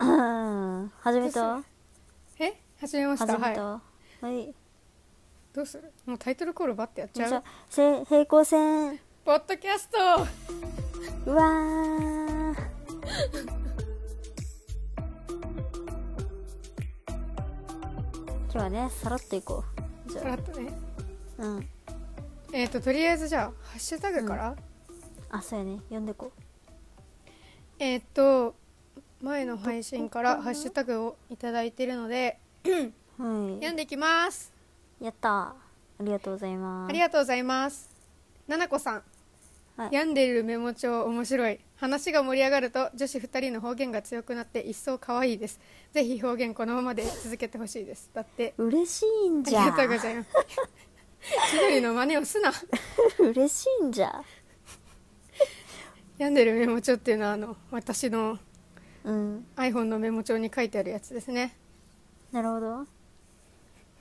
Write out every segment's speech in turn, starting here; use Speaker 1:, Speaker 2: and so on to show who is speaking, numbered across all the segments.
Speaker 1: うん始めた
Speaker 2: え始めまし
Speaker 1: 始
Speaker 2: た
Speaker 1: め
Speaker 2: はい
Speaker 1: たはい
Speaker 2: どうするもうタイトルコールバッてやっち
Speaker 1: じ
Speaker 2: ゃ
Speaker 1: ゃあ
Speaker 2: う
Speaker 1: せ平行線
Speaker 2: ポッドキャスト
Speaker 1: うわー今日はねさらっといこうじ
Speaker 2: さら
Speaker 1: ゃ
Speaker 2: っとね
Speaker 1: あうん
Speaker 2: えっ、ー、ととりあえずじゃあハッシュタグから、
Speaker 1: あそうやね読んでこ
Speaker 2: えっ、ー、と前の配信からハッシュタグをいただいてるので
Speaker 1: うは
Speaker 2: 読んでいきます
Speaker 1: いやったありがとうございます
Speaker 2: ありがとうございますななこさん、
Speaker 1: はい
Speaker 2: 病んでいるメモ帳面白い話が盛り上がると女子2人の方言が強くなって一層可愛いですぜひ方言このままで続けてほしいですだって
Speaker 1: 嬉しいん
Speaker 2: あ
Speaker 1: じ
Speaker 2: り
Speaker 1: ゃ
Speaker 2: がとうございます。 千鳥の真似をすな。
Speaker 1: 嬉しいんじゃ
Speaker 2: 病んでるメモ帳っていうのはあの私の
Speaker 1: うん
Speaker 2: iPhone のメモ帳に書いてあるやつですね。
Speaker 1: なるほど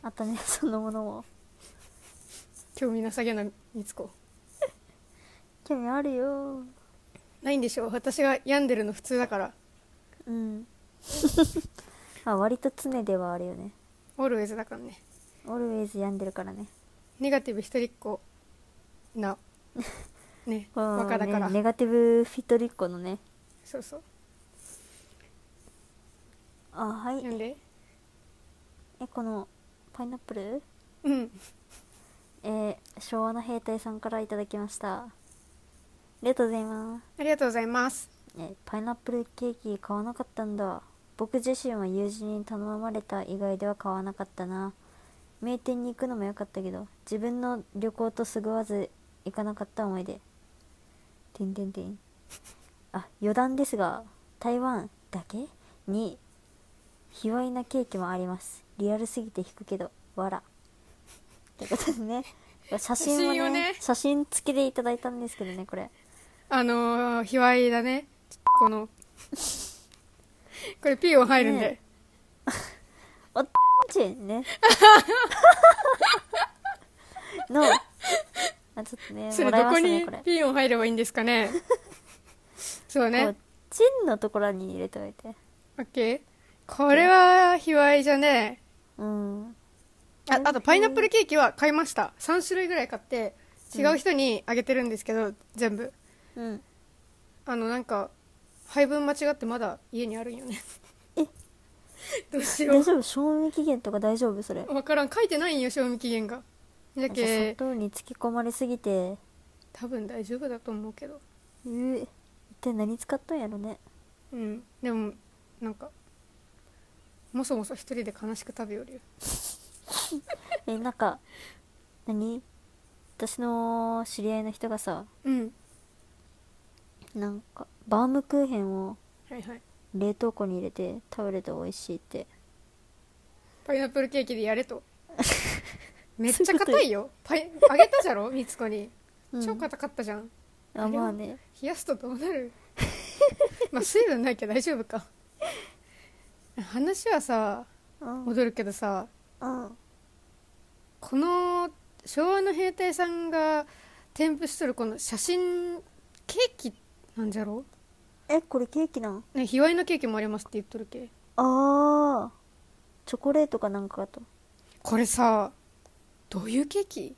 Speaker 1: あったねそのものも
Speaker 2: 興味なさげなみつこ。
Speaker 1: 興味あるよ
Speaker 2: ないんでしょう。私が病んでるの普通だから。
Speaker 1: うん まあ割と常ではあるよね
Speaker 2: オールウェイズだからね。
Speaker 1: オルウェイズ病んでるからね
Speaker 2: ネガティブ一人っ子な。 ね、
Speaker 1: うん
Speaker 2: 若だから。
Speaker 1: ねネガティブフィトリッコのね
Speaker 2: そうそう。
Speaker 1: あはい
Speaker 2: 読んで。
Speaker 1: えこのパイナップル
Speaker 2: うん。
Speaker 1: えー昭和の兵隊さんからいただきましたありがとうございます
Speaker 2: ありがとうございます。
Speaker 1: えパイナップルケーキ買わなかったんだ僕自身は友人に頼まれた以外では買わなかったな名店に行くのも良かったけど自分の旅行とすぐわず行かなかった思い出てんてんてんあ余談ですが台湾だけに卑猥なケーキもありますリアルすぎて引くけどわらってことでね写真も
Speaker 2: 写真
Speaker 1: ね
Speaker 2: をね
Speaker 1: 写真付きでいただいたんですけどねこれ
Speaker 2: あのー、卑猥だね。この。これ P を入るんで。
Speaker 1: ねおっちん ね。の、あ、ちょっとね、
Speaker 2: そ
Speaker 1: も
Speaker 2: れ
Speaker 1: らい
Speaker 2: ど
Speaker 1: ま
Speaker 2: こ
Speaker 1: すね、
Speaker 2: に
Speaker 1: これ。
Speaker 2: ピンを入ればいいんです かねそう
Speaker 1: こう
Speaker 2: ね。
Speaker 1: チンのところに入れておいて。
Speaker 2: オッケー。これは、卑猥じゃね
Speaker 1: うん。
Speaker 2: あ、あと、パイナップルケーキは買いました。3種類ぐらい買って、違う人にあげてるんですけど、全部。
Speaker 1: うん。
Speaker 2: あの、なんか、配分間違ってまだ家にあるんよね。
Speaker 1: え
Speaker 2: どうしよ
Speaker 1: 大丈夫賞味期限とか大丈夫それ。
Speaker 2: う。わからん。書いてないんよ、賞味期限が。じゃ
Speaker 1: じゃあ砂
Speaker 2: け、
Speaker 1: 糖に突き込まれすぎて、
Speaker 2: 多分大丈夫だと思うけど。
Speaker 1: うー一体何使ったんやろね。
Speaker 2: うん。でも、なんか、もそもそ一人で悲しく食べよるよ。
Speaker 1: え、なんか、何私の知り合いの人がさ、
Speaker 2: うん。
Speaker 1: なんか、バームクーヘンを
Speaker 2: はいはい。
Speaker 1: 冷凍庫に入れて食べると美味しいって。
Speaker 2: パイナップルケーキでやれと めっちゃ硬いよパイあげたじ ゃろみつこに
Speaker 1: うん
Speaker 2: 超硬かったじゃん、
Speaker 1: あ、まあね。
Speaker 2: 冷やすとどうな るまあ水分ないけど大丈夫か話はさ
Speaker 1: うん。
Speaker 2: 戻るけどさ
Speaker 1: うん。
Speaker 2: この昭和の兵隊さんが添付しとるこの写真ケーキなんじゃろ
Speaker 1: えこれケーキなん
Speaker 2: ね卑猥なケーキもありますって言っとるけ
Speaker 1: ああチョコレートかなんかと
Speaker 2: これさどういうケーキ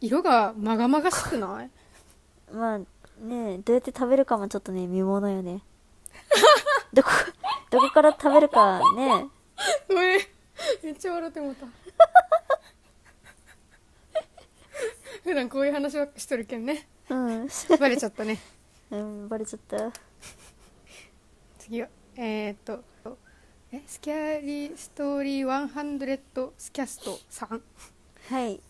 Speaker 2: 色がまがまがしくない
Speaker 1: まあねどうやって食べるかもちょっとね見ものよ ねどこどこから食べるかね
Speaker 2: ごめんめっちゃ笑ってもうた 普段こういう話ばっかしとるけんね
Speaker 1: うん、
Speaker 2: バレちゃったね
Speaker 1: うん、バレちゃった
Speaker 2: 次はえー、っとえスキャリーストーリー100スキャストさん
Speaker 1: はい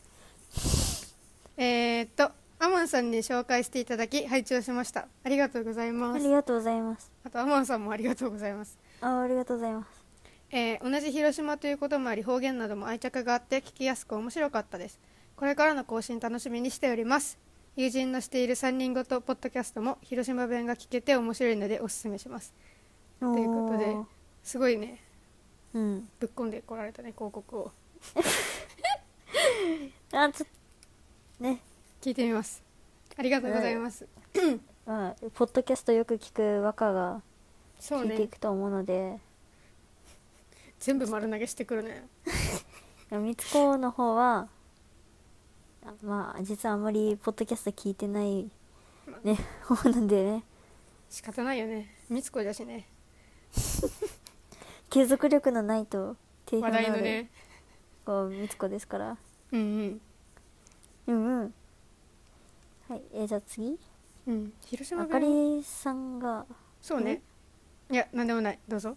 Speaker 2: えー、っとアマンさんに紹介していただき拝聴しましたありがとうござい
Speaker 1: あ
Speaker 2: ます
Speaker 1: りがとうございます
Speaker 2: あとアマンさんもありがとうございます
Speaker 1: あありがとうございます
Speaker 2: えー同じ広島ということもあり方言なども愛着があって聞きやすく面白かったですこれからの更新楽しみにしております友人のしている3人ごとポッドキャストも広島弁が聞けて面白いのでおすすめします
Speaker 1: と
Speaker 2: ということですごいね
Speaker 1: うん
Speaker 2: ぶっこんでこられたね広告を
Speaker 1: あちょっとね
Speaker 2: 聞いてみますありがとうございます、
Speaker 1: まあ、ポッドキャストよく聞く和歌が
Speaker 2: そう
Speaker 1: 聞いてい
Speaker 2: ね
Speaker 1: くと思うので、
Speaker 2: 全部丸投げしてくるね
Speaker 1: みつこの方は、あまあ、実はあんまりポッドキャスト聞いてない、ね、 方なんでね、
Speaker 2: 仕方ないよねみつこだしね
Speaker 1: 継続力のないと定評
Speaker 2: 話
Speaker 1: のあ
Speaker 2: 題の
Speaker 1: る、
Speaker 2: ね
Speaker 1: こう、みつこですから。
Speaker 2: うんう
Speaker 1: う
Speaker 2: ん
Speaker 1: んうん。はい、えーじゃあ次。
Speaker 2: うん広島
Speaker 1: あか
Speaker 2: 弁
Speaker 1: りさんが、
Speaker 2: そうねいやなんでもないどうぞ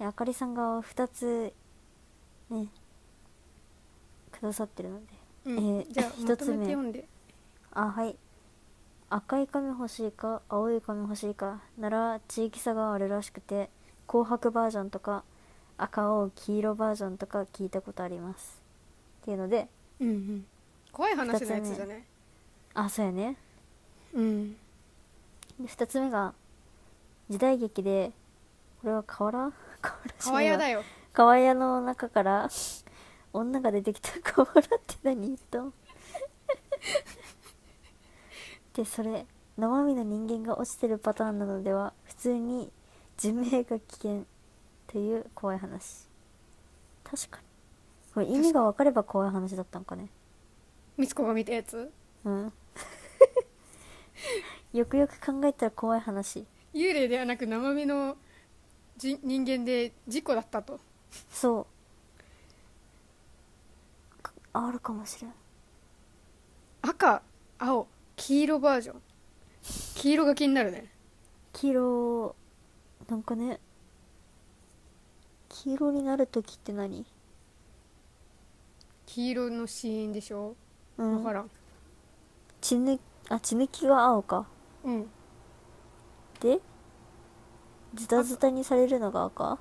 Speaker 1: えあかりさんが2つ、ね、くださってるので。
Speaker 2: うん
Speaker 1: えー
Speaker 2: じゃあま
Speaker 1: 一つ
Speaker 2: と
Speaker 1: 目
Speaker 2: めて読んで
Speaker 1: あ、はい。赤い髪欲しいか、青い髪欲しいか、なら地域差があるらしくて、紅白バージョンとか、赤、青、黄色バージョンとか聞いたことあります。っていうので、
Speaker 2: うんうん怖い話のやつじゃ
Speaker 1: 二つ
Speaker 2: ない
Speaker 1: あ、そうやね。
Speaker 2: うん
Speaker 1: で、二つ目が、時代劇で、これは河原河原じゃ
Speaker 2: 川
Speaker 1: ないわ
Speaker 2: 屋だよ
Speaker 1: 川屋の中から女が出てきた河原って何とでそれ生身の人間が落ちてるパターンなのでは普通に寿命が危険という怖い話確かにこれ意味が分かれば怖い話だったのかね
Speaker 2: みつこが見たやつ
Speaker 1: うん よくよく考えたら怖い話
Speaker 2: 幽霊ではなく生身のじ人間で事故だったと
Speaker 1: そうかあるかもしれん
Speaker 2: 赤青黄色バージョン黄色が気になるね
Speaker 1: 黄色なんかね黄色になる時って何
Speaker 2: 黄色の死因でしょ
Speaker 1: う
Speaker 2: 分か
Speaker 1: ん
Speaker 2: らん
Speaker 1: 血ぬあ血抜きが青か
Speaker 2: うん
Speaker 1: でズタズタにされるのが赤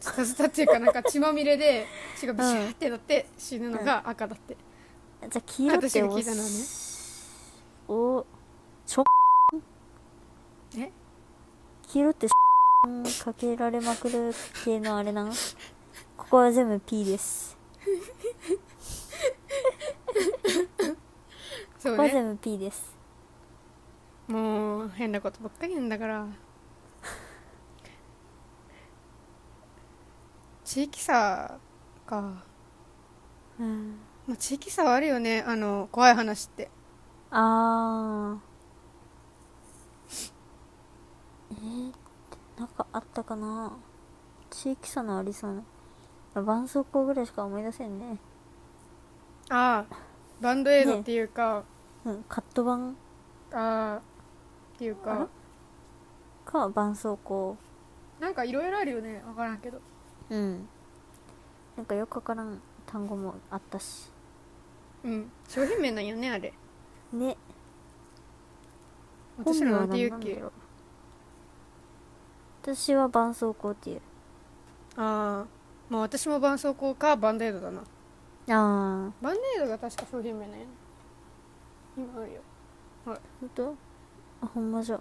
Speaker 2: ズタズタっていうかなんか血まみれで血がビシャーってなって死ぬのが赤だって、
Speaker 1: じゃあ黄色っ
Speaker 2: 私
Speaker 1: て
Speaker 2: が
Speaker 1: お
Speaker 2: 聞いたのはね
Speaker 1: おしょ
Speaker 2: え
Speaker 1: 黄色ってしょかけられまくる系のあれなんここは全部 P です
Speaker 2: そ
Speaker 1: こ
Speaker 2: う
Speaker 1: こは
Speaker 2: ね
Speaker 1: 全部 P です
Speaker 2: もう変なことばっかり言うんだから 地域差か、
Speaker 1: うん
Speaker 2: まあ、地域差はあるよねあの怖い話って
Speaker 1: あーえー、なんかあったかな地域差のありそうな絆創膏ぐらいしか思い出せんね
Speaker 2: ああバンドエイドっていうか、
Speaker 1: うんカット版
Speaker 2: ああっていう
Speaker 1: あ
Speaker 2: か
Speaker 1: らか絆創膏
Speaker 2: なんかいろいろあるよね分からんけど
Speaker 1: うんなんかよくわからん単語もあったし
Speaker 2: うん商品名なんよねあれ
Speaker 1: ね
Speaker 2: 私
Speaker 1: 本名
Speaker 2: らな
Speaker 1: は
Speaker 2: んて
Speaker 1: 何
Speaker 2: 言う
Speaker 1: な
Speaker 2: っ
Speaker 1: ん
Speaker 2: け
Speaker 1: だろう私は絆創膏っていう
Speaker 2: ああまあ私も絆創膏かバンデードだな
Speaker 1: ああ
Speaker 2: バンデードが確か商品名なんやな今あるよ
Speaker 1: ほんとあほんまじゃ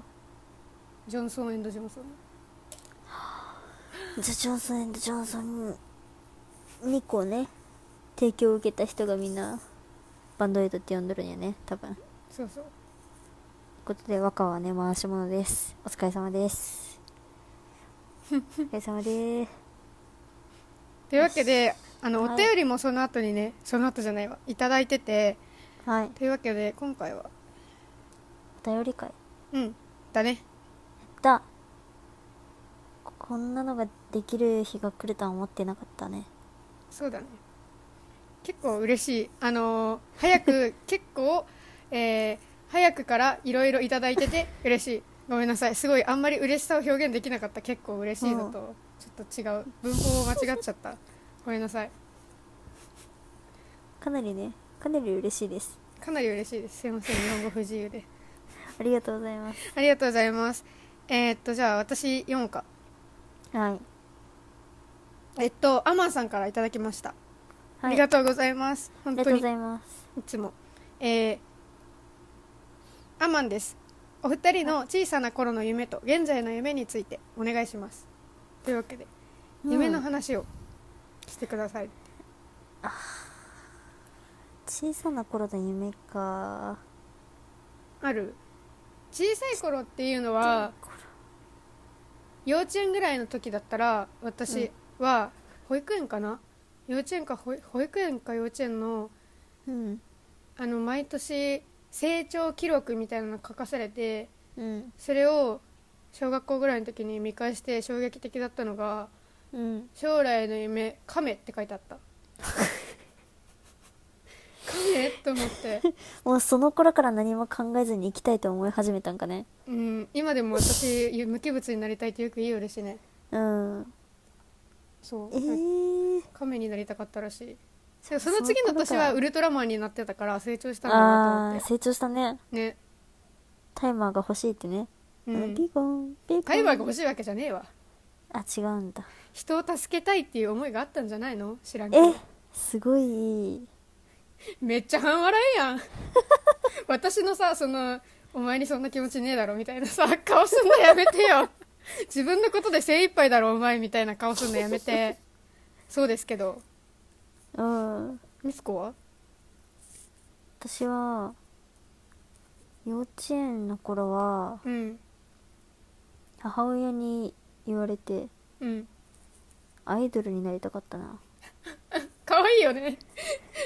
Speaker 2: ジョンソンエンドジョンソン
Speaker 1: じゃあジョンソンジョンソンに2個ね提供を受けた人がみんなバンドエイドって呼んどるんやね多分とい
Speaker 2: そうそう
Speaker 1: うことで若はね回し者ですお疲れ様ですお 疲れ様です
Speaker 2: というわけであの
Speaker 1: はい
Speaker 2: お便りもその後にねその後じゃないわいただいてて
Speaker 1: はい
Speaker 2: というわけで今回は
Speaker 1: お便り会
Speaker 2: うんだね
Speaker 1: だこんなのができる日が来るとは思ってなかったね
Speaker 2: そうだね結構嬉しいあのー早 く結構、えー早くからいろいろいただいてて嬉しいごめんなさいすごいあんまり嬉しさを表現できなかった結構嬉しいのとちょっと違う文法を間違っちゃったごめんなさい
Speaker 1: かなりねかなり嬉しいです
Speaker 2: かなり嬉しいですすいません日本語不自由で
Speaker 1: ありがとうございます
Speaker 2: ありがとうございますえーっとじゃあ私読むか
Speaker 1: はい
Speaker 2: えっとアマンさんからいただきました、
Speaker 1: はい
Speaker 2: ありがとうございます
Speaker 1: あ
Speaker 2: 本
Speaker 1: りが
Speaker 2: 当
Speaker 1: とう
Speaker 2: に
Speaker 1: ございます
Speaker 2: いつも、えーアマンですお二人の小さな頃の夢と現在の夢についてお願いしますというわけで
Speaker 1: うん
Speaker 2: 夢の話をしてください、
Speaker 1: 小さな頃の夢か
Speaker 2: ある小さい頃っていうのは幼稚園ぐらいの時だったら私は保育園かな幼稚園か保保育園か幼稚園の
Speaker 1: うん
Speaker 2: あの毎年成長記録みたいなのが書かされて
Speaker 1: うん
Speaker 2: それを小学校ぐらいの時に見返して衝撃的だったのが
Speaker 1: うん
Speaker 2: 将来の夢カメって書いてあった カメと思って
Speaker 1: もうその頃から何も考えずに生きたいと思い始めたんかね
Speaker 2: うん今でも私無機物になりたいってよく言うよしね
Speaker 1: うん
Speaker 2: そう、
Speaker 1: えー、
Speaker 2: カメになりたかったらしいで
Speaker 1: そ
Speaker 2: もその次の年は
Speaker 1: そ
Speaker 2: ウルトラマンになってたから成長したんだな
Speaker 1: あ
Speaker 2: と思
Speaker 1: あ
Speaker 2: って
Speaker 1: 成長したね
Speaker 2: ね
Speaker 1: タイマーが欲しいってね、
Speaker 2: う
Speaker 1: うんん、ビゴンビゴン
Speaker 2: タイマーが欲しいわけじゃねえわ
Speaker 1: あ違うんだ
Speaker 2: 人を助けたいっていう思いがあったんじゃないの知らんけ
Speaker 1: え
Speaker 2: ど
Speaker 1: すごい
Speaker 2: めっちゃ半笑いや ん私のさそのお前にそんな気持ちねえだろみたいなさ顔すんのやめてよ自分のことで精一杯だろお前みたいな顔すんのやめてそうですけど
Speaker 1: うん
Speaker 2: ミスコは
Speaker 1: 私は幼稚園の頃は
Speaker 2: うん
Speaker 1: 母親に言われて
Speaker 2: うん
Speaker 1: アイドルになりたかったな
Speaker 2: 可愛いよね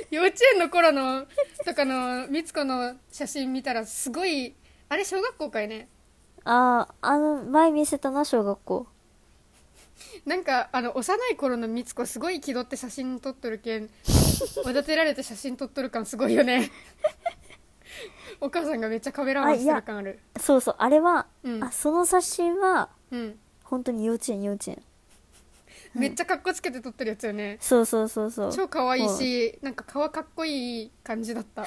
Speaker 2: 幼稚園の頃のとかのミツコの写真見たらすごいあれ小学校かいね
Speaker 1: あああの前見せたな小学校
Speaker 2: なんかあの幼い頃のミツコすごい気取って写真撮っとるけん おだてられて写真撮っとる感すごいよね お母さんがめっちゃカメラマンしてる感ある
Speaker 1: そうそうあれは、
Speaker 2: うん
Speaker 1: あその写真は
Speaker 2: うん
Speaker 1: 本当に幼稚園幼稚園
Speaker 2: めっちゃかっこつけて撮ってるやつよね
Speaker 1: そうそうそうそう
Speaker 2: 超可愛いしなんか顔かっこいい感じだった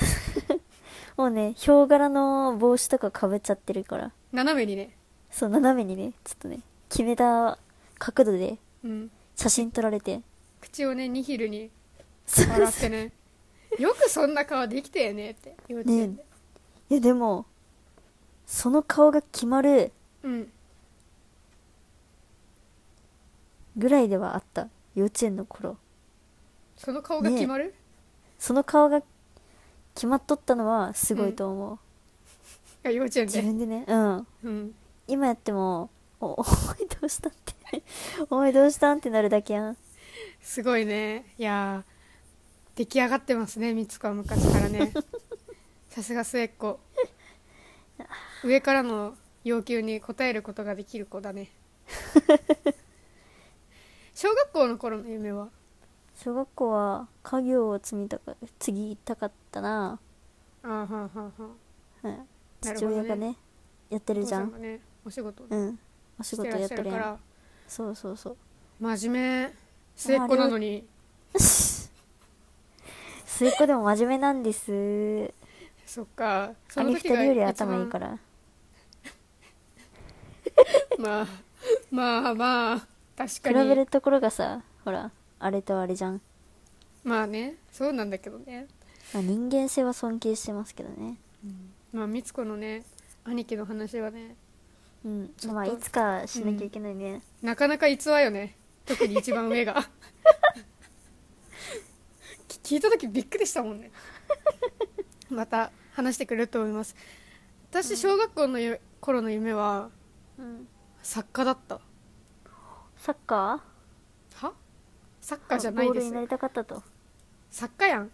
Speaker 1: もうねヒョウ柄の帽子とかかぶっちゃってるから
Speaker 2: 斜めにね
Speaker 1: そう斜めにねちょっとね決めた角度で
Speaker 2: うん
Speaker 1: 写真撮られて
Speaker 2: 口をねニヒルに
Speaker 1: そう
Speaker 2: 笑ってねよくそんな顔できたよねって幼稚園で、
Speaker 1: いやでもその顔が決まる
Speaker 2: うん
Speaker 1: ぐらいではあった幼稚園の頃
Speaker 2: その顔が決まる、
Speaker 1: その顔が決まっとったのはすごいと思う、
Speaker 2: いや幼稚園
Speaker 1: 自
Speaker 2: で、
Speaker 1: 分でねうん
Speaker 2: うん、
Speaker 1: 今やってもお お前どうしたって お前どうしたんってなるだけやん
Speaker 2: すごいねいやー出来上がってますねみつこは昔か らねさすが末っ子上からの要求に応えることができる子 だね小学校の頃の夢は
Speaker 1: 小学校は家業を継ぎたか継ぎたかったな、
Speaker 2: あーはんはんはん
Speaker 1: はい、
Speaker 2: なる
Speaker 1: 父
Speaker 2: ほどね
Speaker 1: 親がねやって
Speaker 2: お
Speaker 1: る
Speaker 2: 父
Speaker 1: じゃ
Speaker 2: さ
Speaker 1: ん
Speaker 2: んがねお仕事
Speaker 1: うんお仕
Speaker 2: して
Speaker 1: 事
Speaker 2: ら
Speaker 1: やっ
Speaker 2: っしゃ
Speaker 1: てる
Speaker 2: るか
Speaker 1: やん
Speaker 2: ら
Speaker 1: そうそうそう
Speaker 2: 真面目末っ子なのに
Speaker 1: 末っ子でも真面目なんです
Speaker 2: そっかそ
Speaker 1: 兄
Speaker 2: の
Speaker 1: 二
Speaker 2: 時
Speaker 1: 人
Speaker 2: が
Speaker 1: より頭いいからら
Speaker 2: まあまあまあ確か
Speaker 1: 比
Speaker 2: に
Speaker 1: べるところがさほらあれとあれじゃん、
Speaker 2: まあねそうなんだけどね
Speaker 1: まあ、人間性は尊敬してますけどね
Speaker 2: まあ美津子のね兄貴の話はね
Speaker 1: うん
Speaker 2: ちょっと
Speaker 1: まあいつかしなきゃいけないね、
Speaker 2: なかなか逸話よね特に一番上が き聞いた時びっくりしたもんねまた話してくれると思います私小学校のゆ頃の夢は
Speaker 1: うん
Speaker 2: 作家だった
Speaker 1: サッカ
Speaker 2: はサッカー
Speaker 1: ー
Speaker 2: じゃない
Speaker 1: ボー
Speaker 2: で
Speaker 1: ル
Speaker 2: す
Speaker 1: になりたかったと
Speaker 2: 作 家やん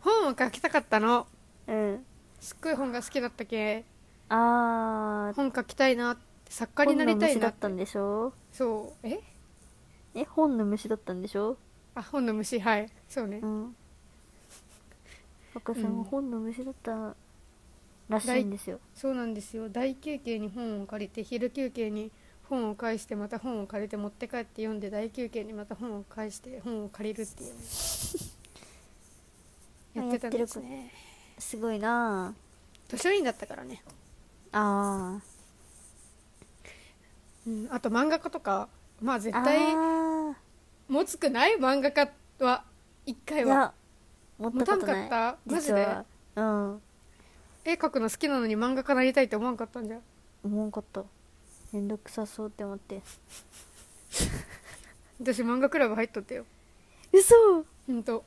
Speaker 2: 本を書きたかったの
Speaker 1: うん
Speaker 2: すっごい本が好きだったけ
Speaker 1: あー
Speaker 2: 本書きたいなって作家になりたい
Speaker 1: 本の虫だ
Speaker 2: な
Speaker 1: っ
Speaker 2: っ
Speaker 1: た
Speaker 2: て
Speaker 1: んでしょ
Speaker 2: そうえ
Speaker 1: え本の虫だったんでしょ
Speaker 2: あ本の虫はいそうね
Speaker 1: うん若さん
Speaker 2: うん
Speaker 1: は本の虫だったらしいんですよ、
Speaker 2: そうなんですよ大休憩に本を借りて昼休憩に本を返してまた本を借りて持って帰って読んで大休憩にまた本を返して本を借りるっていうね やってたんですね
Speaker 1: すごいな
Speaker 2: 図書委員だったからね、
Speaker 1: ああ
Speaker 2: うん、あと漫画家とかまあ絶
Speaker 1: あ
Speaker 2: 対
Speaker 1: ー
Speaker 2: 持つくない漫画家は一回
Speaker 1: い
Speaker 2: は
Speaker 1: や持ったことない
Speaker 2: 持たんかった
Speaker 1: 実はうん
Speaker 2: 絵描くの好きなのに漫画家なりたいって思わんかったんじゃん
Speaker 1: 思わんかっためんどくさそうって思って
Speaker 2: 私漫画クラブ入っとったよ
Speaker 1: 嘘
Speaker 2: ほんと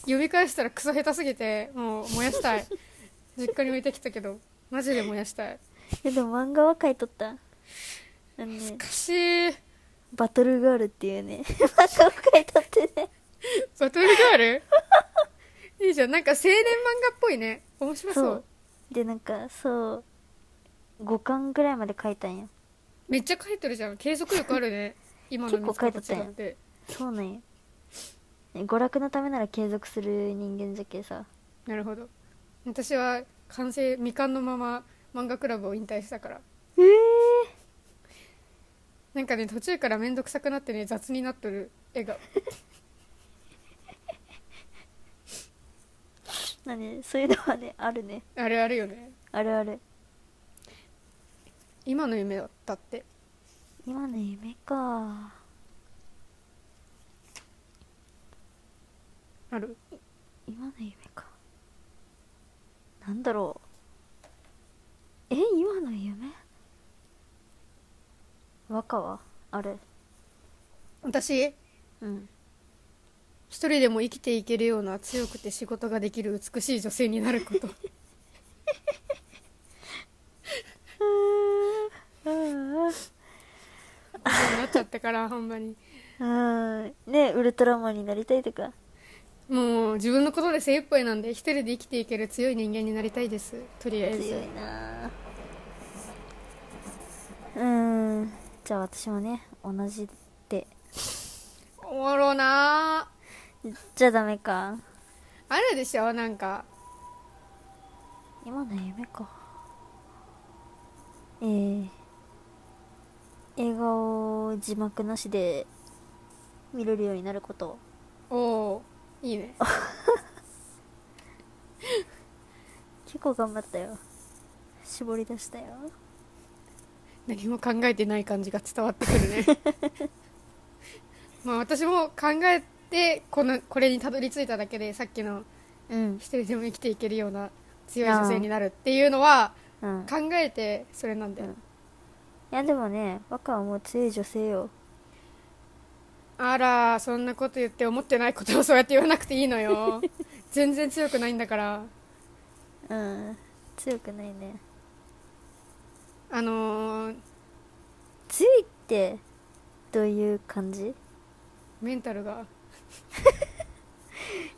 Speaker 2: 読み返したらクソ下手すぎてもう燃やしたい 実家に置いてきたけどマジで燃やしたい
Speaker 1: えでも漫画は書いとったあのね
Speaker 2: かしい
Speaker 1: バトルガールっていうね 漫画を書いとってね
Speaker 2: バトルガー ルいいじゃんなんか青年漫画っぽいね面白そう
Speaker 1: そうでなんかそう5巻ぐらいまで書いたんや
Speaker 2: めっちゃ書いてるじゃん継続力あるね今の
Speaker 1: 結構書い
Speaker 2: た
Speaker 1: とったよ
Speaker 2: て
Speaker 1: そうなんや娯楽のためなら継続する人間じゃけさ
Speaker 2: なるほど私は完成未完のまま漫画クラブを引退したから
Speaker 1: ええ
Speaker 2: なんかね途中から面倒くさくなってね雑になっとる絵が
Speaker 1: なにそういうのはねあるね
Speaker 2: あれあるよね
Speaker 1: あるある
Speaker 2: 今の夢だったって
Speaker 1: 今の夢か
Speaker 2: ある
Speaker 1: 今の夢かなんだろうえ今の夢和歌はあれ
Speaker 2: 私
Speaker 1: うん
Speaker 2: 一人でも生きていけるような強くて仕事ができる美しい女性になる こと
Speaker 1: うん
Speaker 2: なっちゃったからほんまに
Speaker 1: うんねウルトラマンになりたいとか
Speaker 2: もう自分のことで精一杯なんで一人で生きていける強い人間になりたいですとりあえ
Speaker 1: 強
Speaker 2: ず
Speaker 1: いなうんじゃあ私もね同じで
Speaker 2: おもろなあ
Speaker 1: じゃあダメか
Speaker 2: あるでしょなんか
Speaker 1: 今の夢かえー、映画を字幕なしで見れるようになること
Speaker 2: おおいいね
Speaker 1: 結構頑張ったよ絞り出したよ
Speaker 2: 何も考えてない感じが伝わってくる ねまあ私も考えてこのこれにたどり着いただけでさっきの
Speaker 1: うん
Speaker 2: 一人でも生きていけるような強い女性になるっていうのは
Speaker 1: うん
Speaker 2: 考えてそれなんだよ、
Speaker 1: いやでもね若はもう強い女性よ
Speaker 2: あらそんなこと言って思ってないことをそうやって言わなくていいの よ全然強くないんだから
Speaker 1: うん強くないね
Speaker 2: あのー
Speaker 1: 強いってどういう感じ
Speaker 2: メンタルが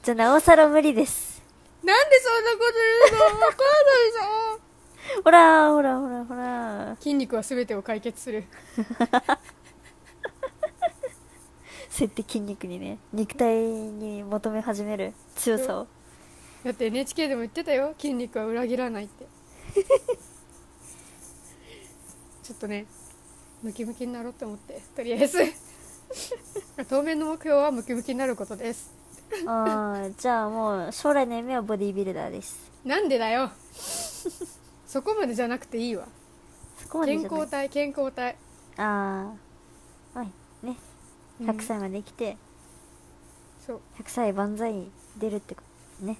Speaker 1: じゃあなおさら無理です
Speaker 2: なんでそんなこと言うの分かんないぞ
Speaker 1: ほらほらほらほら
Speaker 2: 筋肉は全てを解決する
Speaker 1: そうやって筋肉にね肉体に求め始める強さを
Speaker 2: だって NHK でも言ってたよ筋肉は裏切らないって ちょっとねムキムキになろうと思ってとりあえず当面の目標はムキムキになることです
Speaker 1: あーじゃあもう将来の夢はボディービルダーです
Speaker 2: なんでだよ そこまでじゃなくていいわ
Speaker 1: そこまで
Speaker 2: 健
Speaker 1: じゃない
Speaker 2: 康体健康体
Speaker 1: ああはいね
Speaker 2: うん
Speaker 1: 100歳まで生きて、
Speaker 2: そう
Speaker 1: 100歳万歳に出るってことね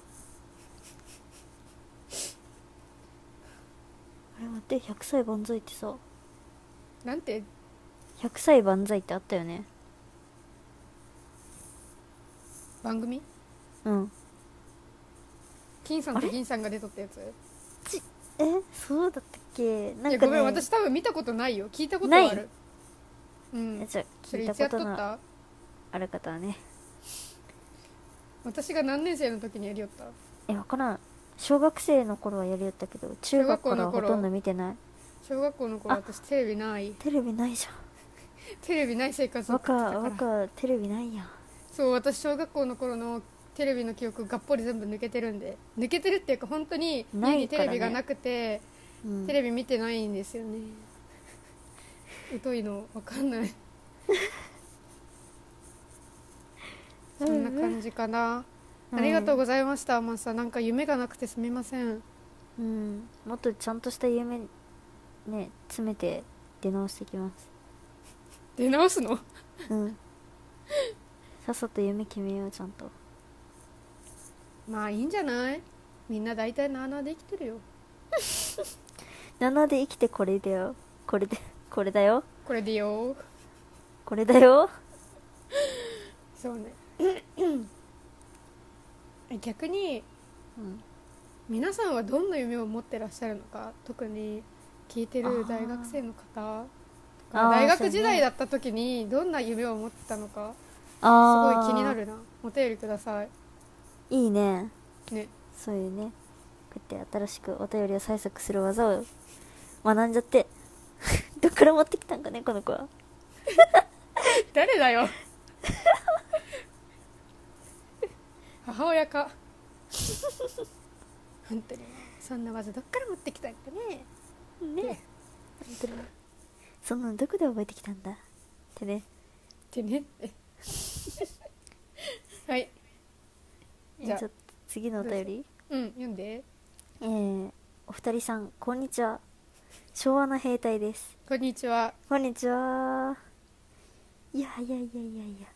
Speaker 1: あれ待って100歳万歳ってさ
Speaker 2: なんて
Speaker 1: 100歳万歳ってあったよね
Speaker 2: 番組
Speaker 1: うん
Speaker 2: 金さんと銀さんが出とったやつ
Speaker 1: えそうだったっけなん
Speaker 2: い
Speaker 1: か、ね
Speaker 2: や、ごめん私多分見たことないよ聞いたことはあ
Speaker 1: な
Speaker 2: るうん
Speaker 1: じゃあ
Speaker 2: そ
Speaker 1: 聞
Speaker 2: れ
Speaker 1: い
Speaker 2: い
Speaker 1: た
Speaker 2: つや
Speaker 1: こ
Speaker 2: っと
Speaker 1: と
Speaker 2: っ
Speaker 1: の
Speaker 2: た
Speaker 1: ある方はね
Speaker 2: 私が何年生の時にやりよった
Speaker 1: えわからん小学生の頃はやりよったけど中学からはほとんど見てない
Speaker 2: 小学校の頃
Speaker 1: あ
Speaker 2: 私テレビない
Speaker 1: テレビないじゃ
Speaker 2: テレビない生活
Speaker 1: ん
Speaker 2: を送
Speaker 1: 若
Speaker 2: ってたから
Speaker 1: 若テレビないやん
Speaker 2: そう私小学校の頃のテレビの記憶がっぽり全部抜けてるんで抜けてるっていうか本当に
Speaker 1: ない
Speaker 2: 家に
Speaker 1: か
Speaker 2: テ
Speaker 1: らね
Speaker 2: レビがなくて
Speaker 1: うん
Speaker 2: テレビ見てないんですよね疎いの分かん ないそんな感じかな、
Speaker 1: うん
Speaker 2: ありがとうございましたマサなんか夢がなくてすみません
Speaker 1: うんもっとちゃんとした夢ね詰めて出直してきます
Speaker 2: 出直すの
Speaker 1: うんさっさと夢決めようちゃんと
Speaker 2: まあいいんじゃないみんな大体なあなあで生きてるよ
Speaker 1: 7で生きてこれだよこれでこれだよ
Speaker 2: これでよ
Speaker 1: これだよ
Speaker 2: そうね 逆に
Speaker 1: うん
Speaker 2: 皆さんはどんな夢を持ってらっしゃるのか特に聞いてる大学生の方と
Speaker 1: あ
Speaker 2: か
Speaker 1: ー
Speaker 2: 大
Speaker 1: そう
Speaker 2: 学
Speaker 1: ね
Speaker 2: 時代だった時にどんな夢を持ってたのかす
Speaker 1: あー
Speaker 2: ごい気になるなお便りください
Speaker 1: いいね
Speaker 2: ね
Speaker 1: そういうねこうやって新しくお便りを催促する技を学んじゃって どっから持ってきたんかねこの子は
Speaker 2: 誰だよ 母親か本当にそんな技どっから持ってきたんかね
Speaker 1: ね本当にそんなのどこで覚えてきたんだってね
Speaker 2: ってねって はいじゃあ
Speaker 1: ちょっと次のお便り
Speaker 2: うん読んで
Speaker 1: えー、お二人さんこんにちは昭和の兵隊です
Speaker 2: こんにちは
Speaker 1: こんにちはいやいやいやいやいや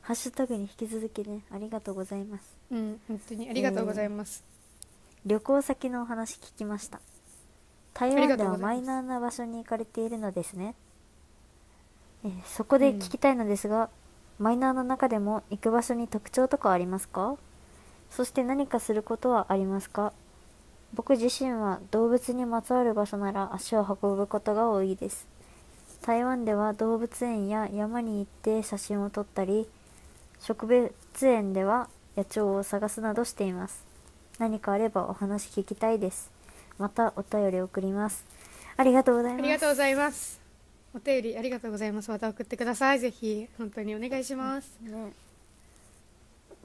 Speaker 1: ハッシュタグに引き続きねありがとうございます
Speaker 2: うん本当にありがとうございます、
Speaker 1: 旅行先のお話聞きました台
Speaker 2: あり
Speaker 1: 湾
Speaker 2: が
Speaker 1: で
Speaker 2: とうご
Speaker 1: は
Speaker 2: ざい
Speaker 1: マイ
Speaker 2: ます
Speaker 1: ナーな場所に行かれているのですね、えーそこで聞きたいのですが、マイナーの中でも行く場所に特徴とかありますかそして何かすることはありますか僕自身は動物にまつわる場所なら足を運ぶことが多いです台湾では動物園や山に行って写真を撮ったり植物園では野鳥を探すなどしています何かあればお話聞きたいですまたお便り送りますありがとうござい
Speaker 2: あ
Speaker 1: ます
Speaker 2: りがとうございますお便りありがとうございますまた送ってくださいぜひ本当にお願いします、
Speaker 1: ね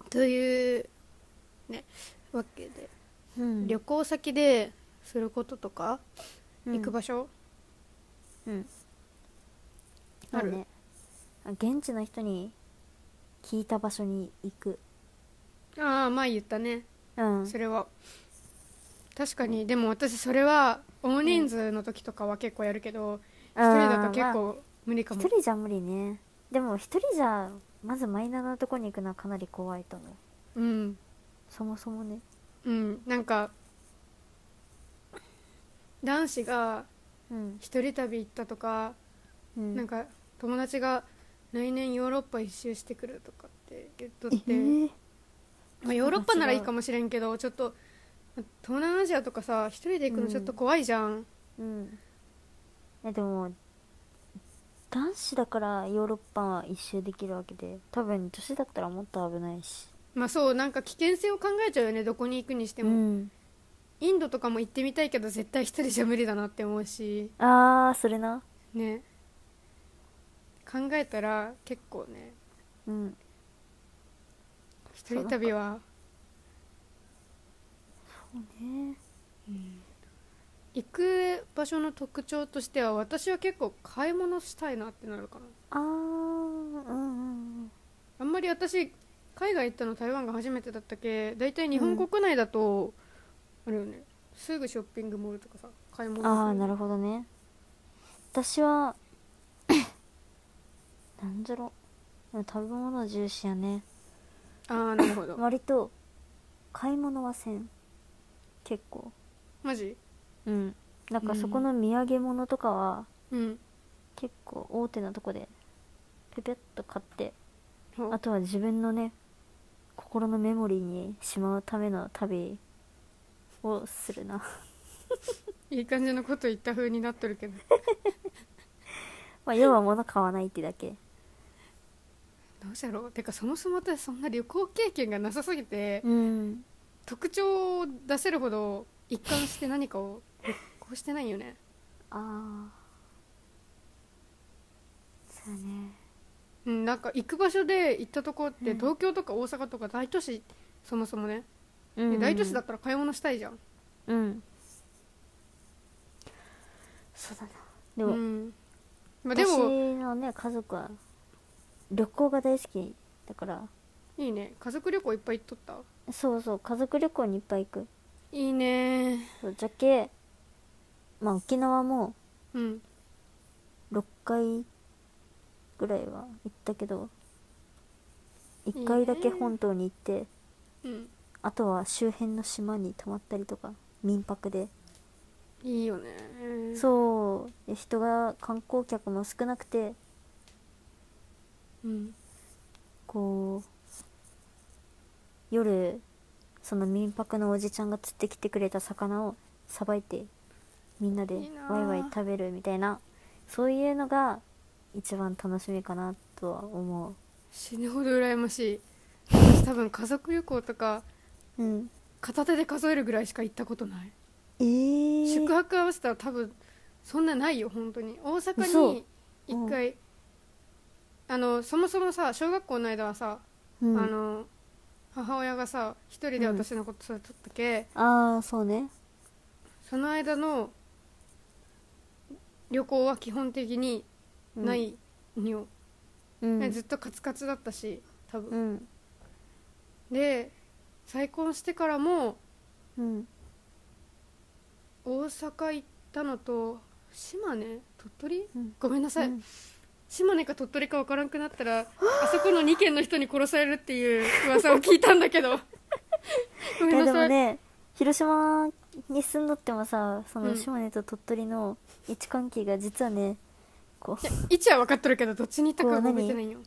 Speaker 2: というねわけで、
Speaker 1: うん
Speaker 2: 旅行先ですることとか、
Speaker 1: うん
Speaker 2: 行く場所
Speaker 1: うん
Speaker 2: ある
Speaker 1: まあ現地の人に聞いた場所に行く
Speaker 2: ああ前言ったね
Speaker 1: うん
Speaker 2: それは確かにでも私それは大人数の時とかは結構やるけど一、人だと
Speaker 1: あ
Speaker 2: 結
Speaker 1: ーまあ
Speaker 2: 構無理かも
Speaker 1: 一人じゃ無理ねでも一人じゃまずマイナーなとこに行くのはかなり怖いと思う
Speaker 2: うん
Speaker 1: そもそもね
Speaker 2: うんなんか男子が
Speaker 1: うん、
Speaker 2: 一人旅行ったとか、
Speaker 1: うん、
Speaker 2: なんか友達が来年ヨーロッパ一周してくるとかって言っとっ
Speaker 1: え
Speaker 2: て、
Speaker 1: ー
Speaker 2: まあ、ヨーロッパならいいかもしれんけどちょっと東南アジアとかさ一人で行くのちょっと怖いじゃん、
Speaker 1: うんえでも男子だからヨーロッパは一周できるわけで多分女子だったらもっと危ないし
Speaker 2: まあそうなんか危険性を考えちゃうよねどこに行くにしても、
Speaker 1: うん、
Speaker 2: インドとかも行ってみたいけど絶対一人じゃ無理だなって思うし
Speaker 1: ああそれな
Speaker 2: ね考えたら結構ね
Speaker 1: うん
Speaker 2: 一人旅は
Speaker 1: ね
Speaker 2: 行く場所の特徴としては私は結構買い物したいなってなるか
Speaker 1: あー
Speaker 2: な
Speaker 1: うんうんうん
Speaker 2: あんまり私海外行ったの台湾が初めてだったけ大体日本国内だと、あれよねすぐショッピングモールとかさ買い物する
Speaker 1: ああなるほどね私は なんじゃろでも食べ物重視やね
Speaker 2: あーなるほど
Speaker 1: 割と買い物はせん結構
Speaker 2: マジ
Speaker 1: うんなんか
Speaker 2: うん
Speaker 1: そこの土産物とかは、
Speaker 2: うん
Speaker 1: 結構大手なとこでペペッと買って
Speaker 2: ほ
Speaker 1: あとは自分のね心のメモリーにしまうための旅をするな
Speaker 2: いい感じのこと言った風になっとるけど
Speaker 1: まあ要は物買わないってだけ
Speaker 2: どうじゃろうてかそもそも私そんな旅行経験がなさすぎて、
Speaker 1: うん
Speaker 2: 特徴を出せるほど一貫して何かを旅行してないよね
Speaker 1: ああそうやね
Speaker 2: うん、なんか行く場所で行ったとこって
Speaker 1: うん
Speaker 2: 東京とか大阪とか大都市、そもそもね、で
Speaker 1: うん
Speaker 2: 大都市だったら買い物したいじゃん
Speaker 1: うんそうだなで
Speaker 2: う
Speaker 1: も、
Speaker 2: ん、まあ、で
Speaker 1: 私
Speaker 2: も
Speaker 1: のね家族は旅行が大好きだから
Speaker 2: いいね家族旅行いっぱい行っとった
Speaker 1: そうそう家族旅行にいっぱい行く
Speaker 2: いいね
Speaker 1: そうじゃけまあ沖縄も
Speaker 2: うん
Speaker 1: 6回ぐらいは行ったけど
Speaker 2: ね
Speaker 1: 1回だけ本島に行って
Speaker 2: うん
Speaker 1: あとは周辺の島に泊まったりとか民泊で
Speaker 2: いいよね
Speaker 1: そうで人が観光客も少なくて
Speaker 2: うん
Speaker 1: こう夜その民泊のおじちゃんが釣ってきてくれた魚をさばいてみんなで
Speaker 2: いいなあ
Speaker 1: ワイワイ食べるみたいなそういうのが一番楽しみかなとは思
Speaker 2: 死ぬほど羨 ましい私多分家族旅行とか
Speaker 1: ううん
Speaker 2: 片手で数えるぐらいしか行ったことない
Speaker 1: えー、
Speaker 2: 宿泊合わせたら多分そんなないよ本当に大阪
Speaker 1: 嘘
Speaker 2: に一回、あのそもそもさ小学校の間はさ、
Speaker 1: うん、
Speaker 2: あの母親がさ一人で私のこと育てとったけ、
Speaker 1: ああそうね
Speaker 2: その間の旅行は基本的にないにょ、
Speaker 1: うん
Speaker 2: ねずっとカツカツだったし多分、
Speaker 1: うん
Speaker 2: で再婚してからも
Speaker 1: うん
Speaker 2: 大阪行ったのと島根鳥取、
Speaker 1: うん
Speaker 2: ごめんなさい、
Speaker 1: うん
Speaker 2: 島根か鳥取か分からんくなったらあそこの2軒の人に殺されるっていう噂を聞いたんだけ どご
Speaker 1: い
Speaker 2: め
Speaker 1: や
Speaker 2: んな
Speaker 1: で
Speaker 2: さ
Speaker 1: も
Speaker 2: い、
Speaker 1: ね広島に住んどってもさそ
Speaker 2: うん
Speaker 1: の島根と鳥取の位置関係が実はねこう
Speaker 2: 位置は分かっとるけどどっちに行ったかは覚え てないよ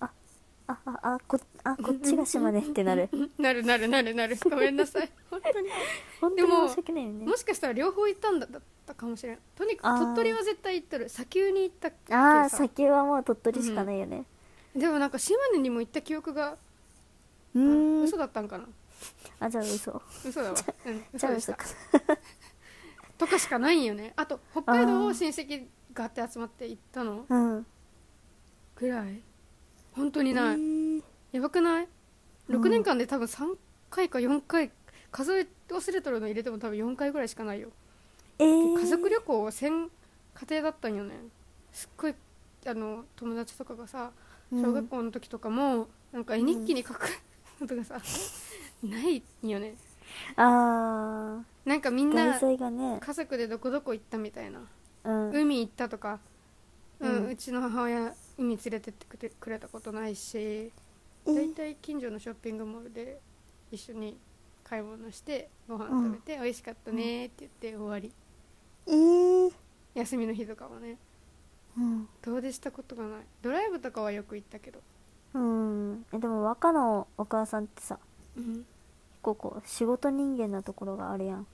Speaker 1: あああこあこっちが島根ってなる
Speaker 2: うんなるなるなるなるごめんなさい本当に
Speaker 1: 本当
Speaker 2: で
Speaker 1: に
Speaker 2: も
Speaker 1: 申し訳ないよね
Speaker 2: もしかしたら両方行ったんだだったかもしれんとにか
Speaker 1: あ
Speaker 2: く
Speaker 1: ー
Speaker 2: 鳥取は絶対行っとる砂丘に行ったっけ
Speaker 1: ああ
Speaker 2: さ
Speaker 1: 先はもう鳥取しかないよね
Speaker 2: でもなんか島根にも行った記憶が
Speaker 1: う
Speaker 2: あ
Speaker 1: ーん
Speaker 2: 嘘だったんかな
Speaker 1: あじゃあ嘘
Speaker 2: 嘘 だわうん
Speaker 1: じ
Speaker 2: 嘘
Speaker 1: ゃあ
Speaker 2: でし
Speaker 1: 嘘
Speaker 2: た
Speaker 1: か
Speaker 2: とかしかないんよねあと北海道を親戚がって集まって行ったの
Speaker 1: うん
Speaker 2: ぐらい本当に
Speaker 1: え
Speaker 2: ない、
Speaker 1: ー
Speaker 2: やばくない
Speaker 1: うん
Speaker 2: 6年間で多分3回か4回数え忘れとるの入れても多分4回ぐらいしかないよ
Speaker 1: えー
Speaker 2: 家族旅行は1000家庭だったんよねすっごいあの友達とかがさ小学校の時とかも、なんか絵日記に書くことがさ、ないんよね
Speaker 1: うんああ
Speaker 2: なんかみんな
Speaker 1: 題材がね
Speaker 2: 家族でどこどこ行ったみたいな
Speaker 1: うん
Speaker 2: 海行ったとか、うんう
Speaker 1: うん
Speaker 2: ちの母親海連れてってくれくれたことないし
Speaker 1: え
Speaker 2: 大体近所のショッピングモールで一緒に買い物してご飯食べて、美味しかったねって言って終わり
Speaker 1: えー
Speaker 2: 休みの日とかはね
Speaker 1: うん
Speaker 2: 遠出したことがないドライブとかはよく行ったけど、
Speaker 1: うんえでも若のお母さんってさ
Speaker 2: うん、
Speaker 1: こうこう仕事人間なところがあるやん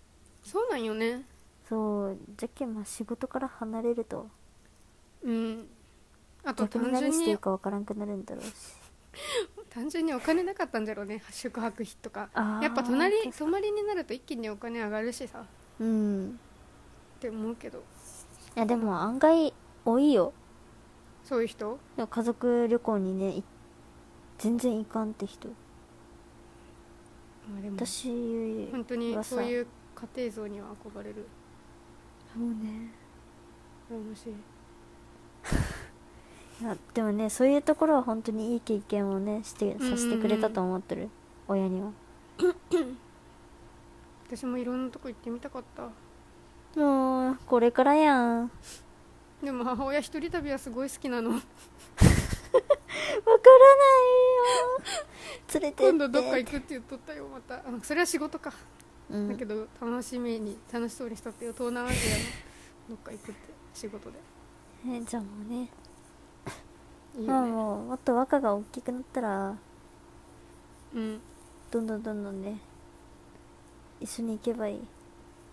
Speaker 2: そうなんよね
Speaker 1: そうじゃっけんまあ仕事から離れると
Speaker 2: うんあと
Speaker 1: 逆に
Speaker 2: 単
Speaker 1: 何
Speaker 2: 純
Speaker 1: していい
Speaker 2: に
Speaker 1: かわからんくなるんだろうし
Speaker 2: 単純にお金なかったんじゃろうね宿泊費とか
Speaker 1: あー
Speaker 2: やっぱ隣
Speaker 1: 確か
Speaker 2: 泊まりになると一気にお金上がるしさっ
Speaker 1: うん
Speaker 2: て思うけど
Speaker 1: いやでも案外多いよ
Speaker 2: そういう人
Speaker 1: でも家族旅行にねい全然行かんって人
Speaker 2: まあでも
Speaker 1: 私
Speaker 2: 本当にそういう家庭像には憧れる
Speaker 1: もうね
Speaker 2: 羨ましい
Speaker 1: いやでもねそういうところは本当にいい経験をねしてさせてくれたと思ってる親には
Speaker 2: 私もいろんなとこ行ってみたかった
Speaker 1: もうこれからやんわ
Speaker 2: でも母親一人旅はすごい好きな の
Speaker 1: から ないよ連れてって
Speaker 2: 今度どっか行くって言っとったよまたあそれは仕事か、
Speaker 1: うん
Speaker 2: だけど楽しみに楽しそうにしとってよ東南アジアのどっか行くって仕事で
Speaker 1: えじゃあもうね
Speaker 2: いい
Speaker 1: まあ
Speaker 2: よね
Speaker 1: もうもっと若が大きくなったら
Speaker 2: うん
Speaker 1: どんどんどんどんね一緒に行けばいい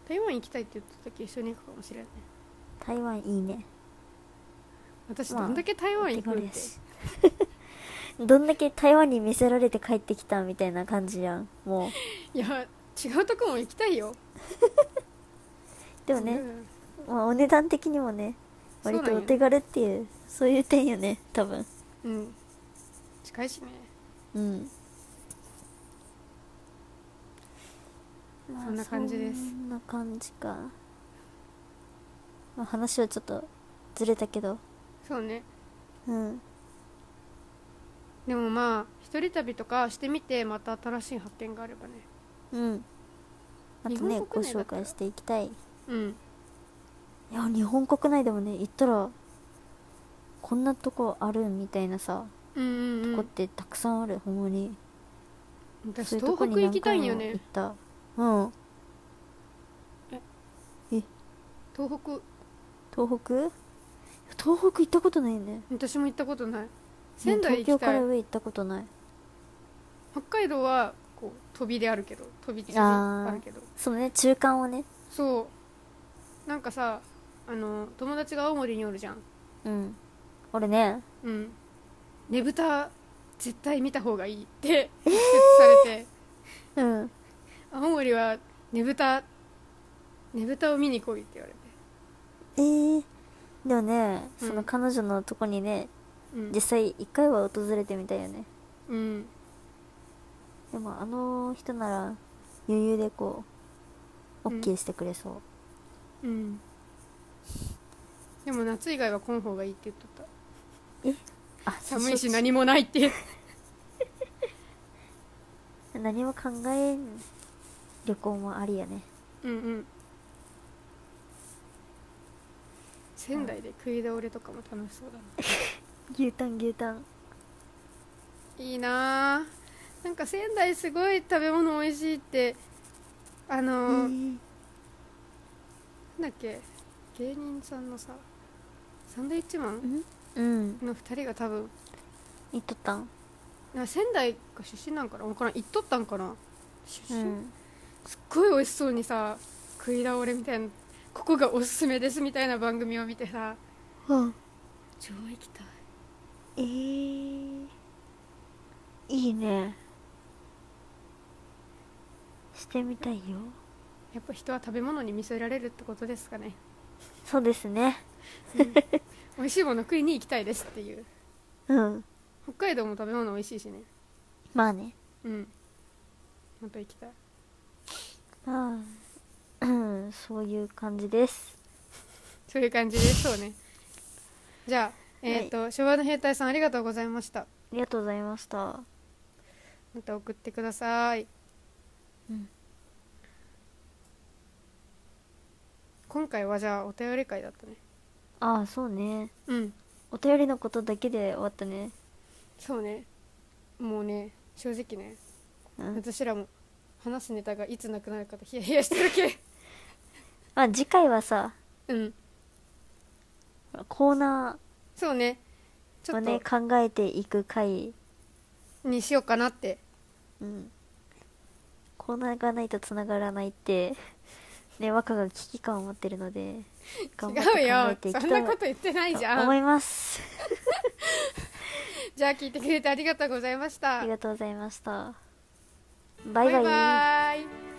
Speaker 2: 台湾行きたいって言っとった時一緒に行くかもしれない
Speaker 1: 台湾いいね
Speaker 2: 私
Speaker 1: まあ
Speaker 2: どんだけ台湾行く
Speaker 1: お
Speaker 2: っ
Speaker 1: 手軽
Speaker 2: て
Speaker 1: やしどんだけ台湾に見せられて帰ってきたみたいな感じやんもう
Speaker 2: いや違うとこも行きたいよ
Speaker 1: でもね、
Speaker 2: うん
Speaker 1: まあ、お値段的にもね
Speaker 2: そうな
Speaker 1: 割
Speaker 2: んよ
Speaker 1: とお手軽っていうそういう点よね多分
Speaker 2: うん近いしね
Speaker 1: うんまあ
Speaker 2: そんな感じです
Speaker 1: そんな感じか、まあ、話はちょっとずれたけど
Speaker 2: そうね
Speaker 1: うん
Speaker 2: でもまあ一人旅とかしてみてまた新しい発見があればね
Speaker 1: うんあとね
Speaker 2: 日本
Speaker 1: ご
Speaker 2: 国内
Speaker 1: 紹
Speaker 2: だったら
Speaker 1: 介していきたいい
Speaker 2: うん
Speaker 1: や日本国内でもね行ったらこんなとこあるみたいなさ、
Speaker 2: うんうん、
Speaker 1: と
Speaker 2: う
Speaker 1: こっ
Speaker 2: ん、
Speaker 1: てたくさんあるほんまに
Speaker 2: 私
Speaker 1: そういうと
Speaker 2: 東
Speaker 1: こ
Speaker 2: 北
Speaker 1: に
Speaker 2: 行
Speaker 1: 何
Speaker 2: きた
Speaker 1: 回
Speaker 2: いん
Speaker 1: も
Speaker 2: よ
Speaker 1: 行
Speaker 2: ね
Speaker 1: ったうん
Speaker 2: 東北
Speaker 1: 東北東北行ったことないね
Speaker 2: 私も行ったことない仙台
Speaker 1: ね東京
Speaker 2: 行き
Speaker 1: か
Speaker 2: た
Speaker 1: ら
Speaker 2: い
Speaker 1: 上行ったことない
Speaker 2: 北海道はこ飛びであるけど飛びで
Speaker 1: あー
Speaker 2: あるけど
Speaker 1: そうね中間をね
Speaker 2: そうなんかさあの友達が青森におるじゃん
Speaker 1: うん俺ね
Speaker 2: うんねぶた絶対見た方がいいって言されて、
Speaker 1: うん
Speaker 2: 青森はねぶたねぶたを見に来いって言われて、
Speaker 1: えー、でもね
Speaker 2: うん
Speaker 1: その彼女のとこにね、
Speaker 2: うん
Speaker 1: 実際一回は訪れてみたいよね
Speaker 2: うん、
Speaker 1: でもあの人なら余裕でこう
Speaker 2: うん
Speaker 1: OK してくれそう、
Speaker 2: うん、でも夏以外は来ん方がいいって言っとった
Speaker 1: あ
Speaker 2: 寒いし
Speaker 1: そ
Speaker 2: 何もないって
Speaker 1: 何も考えん旅行もありやね
Speaker 2: うんうん仙台で食い倒れとかも楽しそうだな
Speaker 1: 牛タン牛タン
Speaker 2: いいなあなんか仙台すごい食べ物美味しいってあのーなんだっけ芸人さんのさサンドイッチマン
Speaker 1: うん
Speaker 2: の2人が多分
Speaker 1: 行っとったん
Speaker 2: な仙台が出身なんかな分からん行っとったんかな出
Speaker 1: う
Speaker 2: 身、
Speaker 1: ん
Speaker 2: すっごい美味しそうにさ食い倒れみたいなここがおすすめですみたいな番組を見てさ
Speaker 1: うん
Speaker 2: 超行きたい
Speaker 1: えー、いいねしてみたいよ
Speaker 2: やっぱ人は食べ物に見せられるってことですかね
Speaker 1: そうですね
Speaker 2: 美味しいもの食いに行きたいですっていう
Speaker 1: うん
Speaker 2: 北海道も食べ物美味しいしね
Speaker 1: まあね
Speaker 2: うんまた行きたい
Speaker 1: まあうんそういう感じです
Speaker 2: そういう感じですそうねじゃあえっ、と、昭和の兵隊さんありがとうございました
Speaker 1: ありがとうございました
Speaker 2: また送ってください、
Speaker 1: うん
Speaker 2: 今回はじゃあお便り会だったね
Speaker 1: ああそうね
Speaker 2: うん
Speaker 1: お便りのことだけで終わったね
Speaker 2: そうねもうね正直ね
Speaker 1: うん
Speaker 2: 私らも話すネタがいつなくなるかと ヒヤヒヤしてるけ
Speaker 1: まあ次回はさ
Speaker 2: うん
Speaker 1: コーナ
Speaker 2: そうねち
Speaker 1: ー
Speaker 2: ょ
Speaker 1: を
Speaker 2: っと
Speaker 1: ね考えていく回、
Speaker 2: にしようかなって
Speaker 1: うん、コーナーがないとつながらないって ね若が危機感を持ってるの で頑張っ
Speaker 2: 違う
Speaker 1: て考え
Speaker 2: よ
Speaker 1: てい
Speaker 2: そ
Speaker 1: き
Speaker 2: んな
Speaker 1: た
Speaker 2: こ
Speaker 1: い
Speaker 2: と言ってないじ
Speaker 1: と
Speaker 2: ゃ
Speaker 1: 思
Speaker 2: ん
Speaker 1: います
Speaker 2: じゃあ聞いてくれてありがとうございました
Speaker 1: ありがとうございましたバ
Speaker 2: バ
Speaker 1: イバイ
Speaker 2: イバイ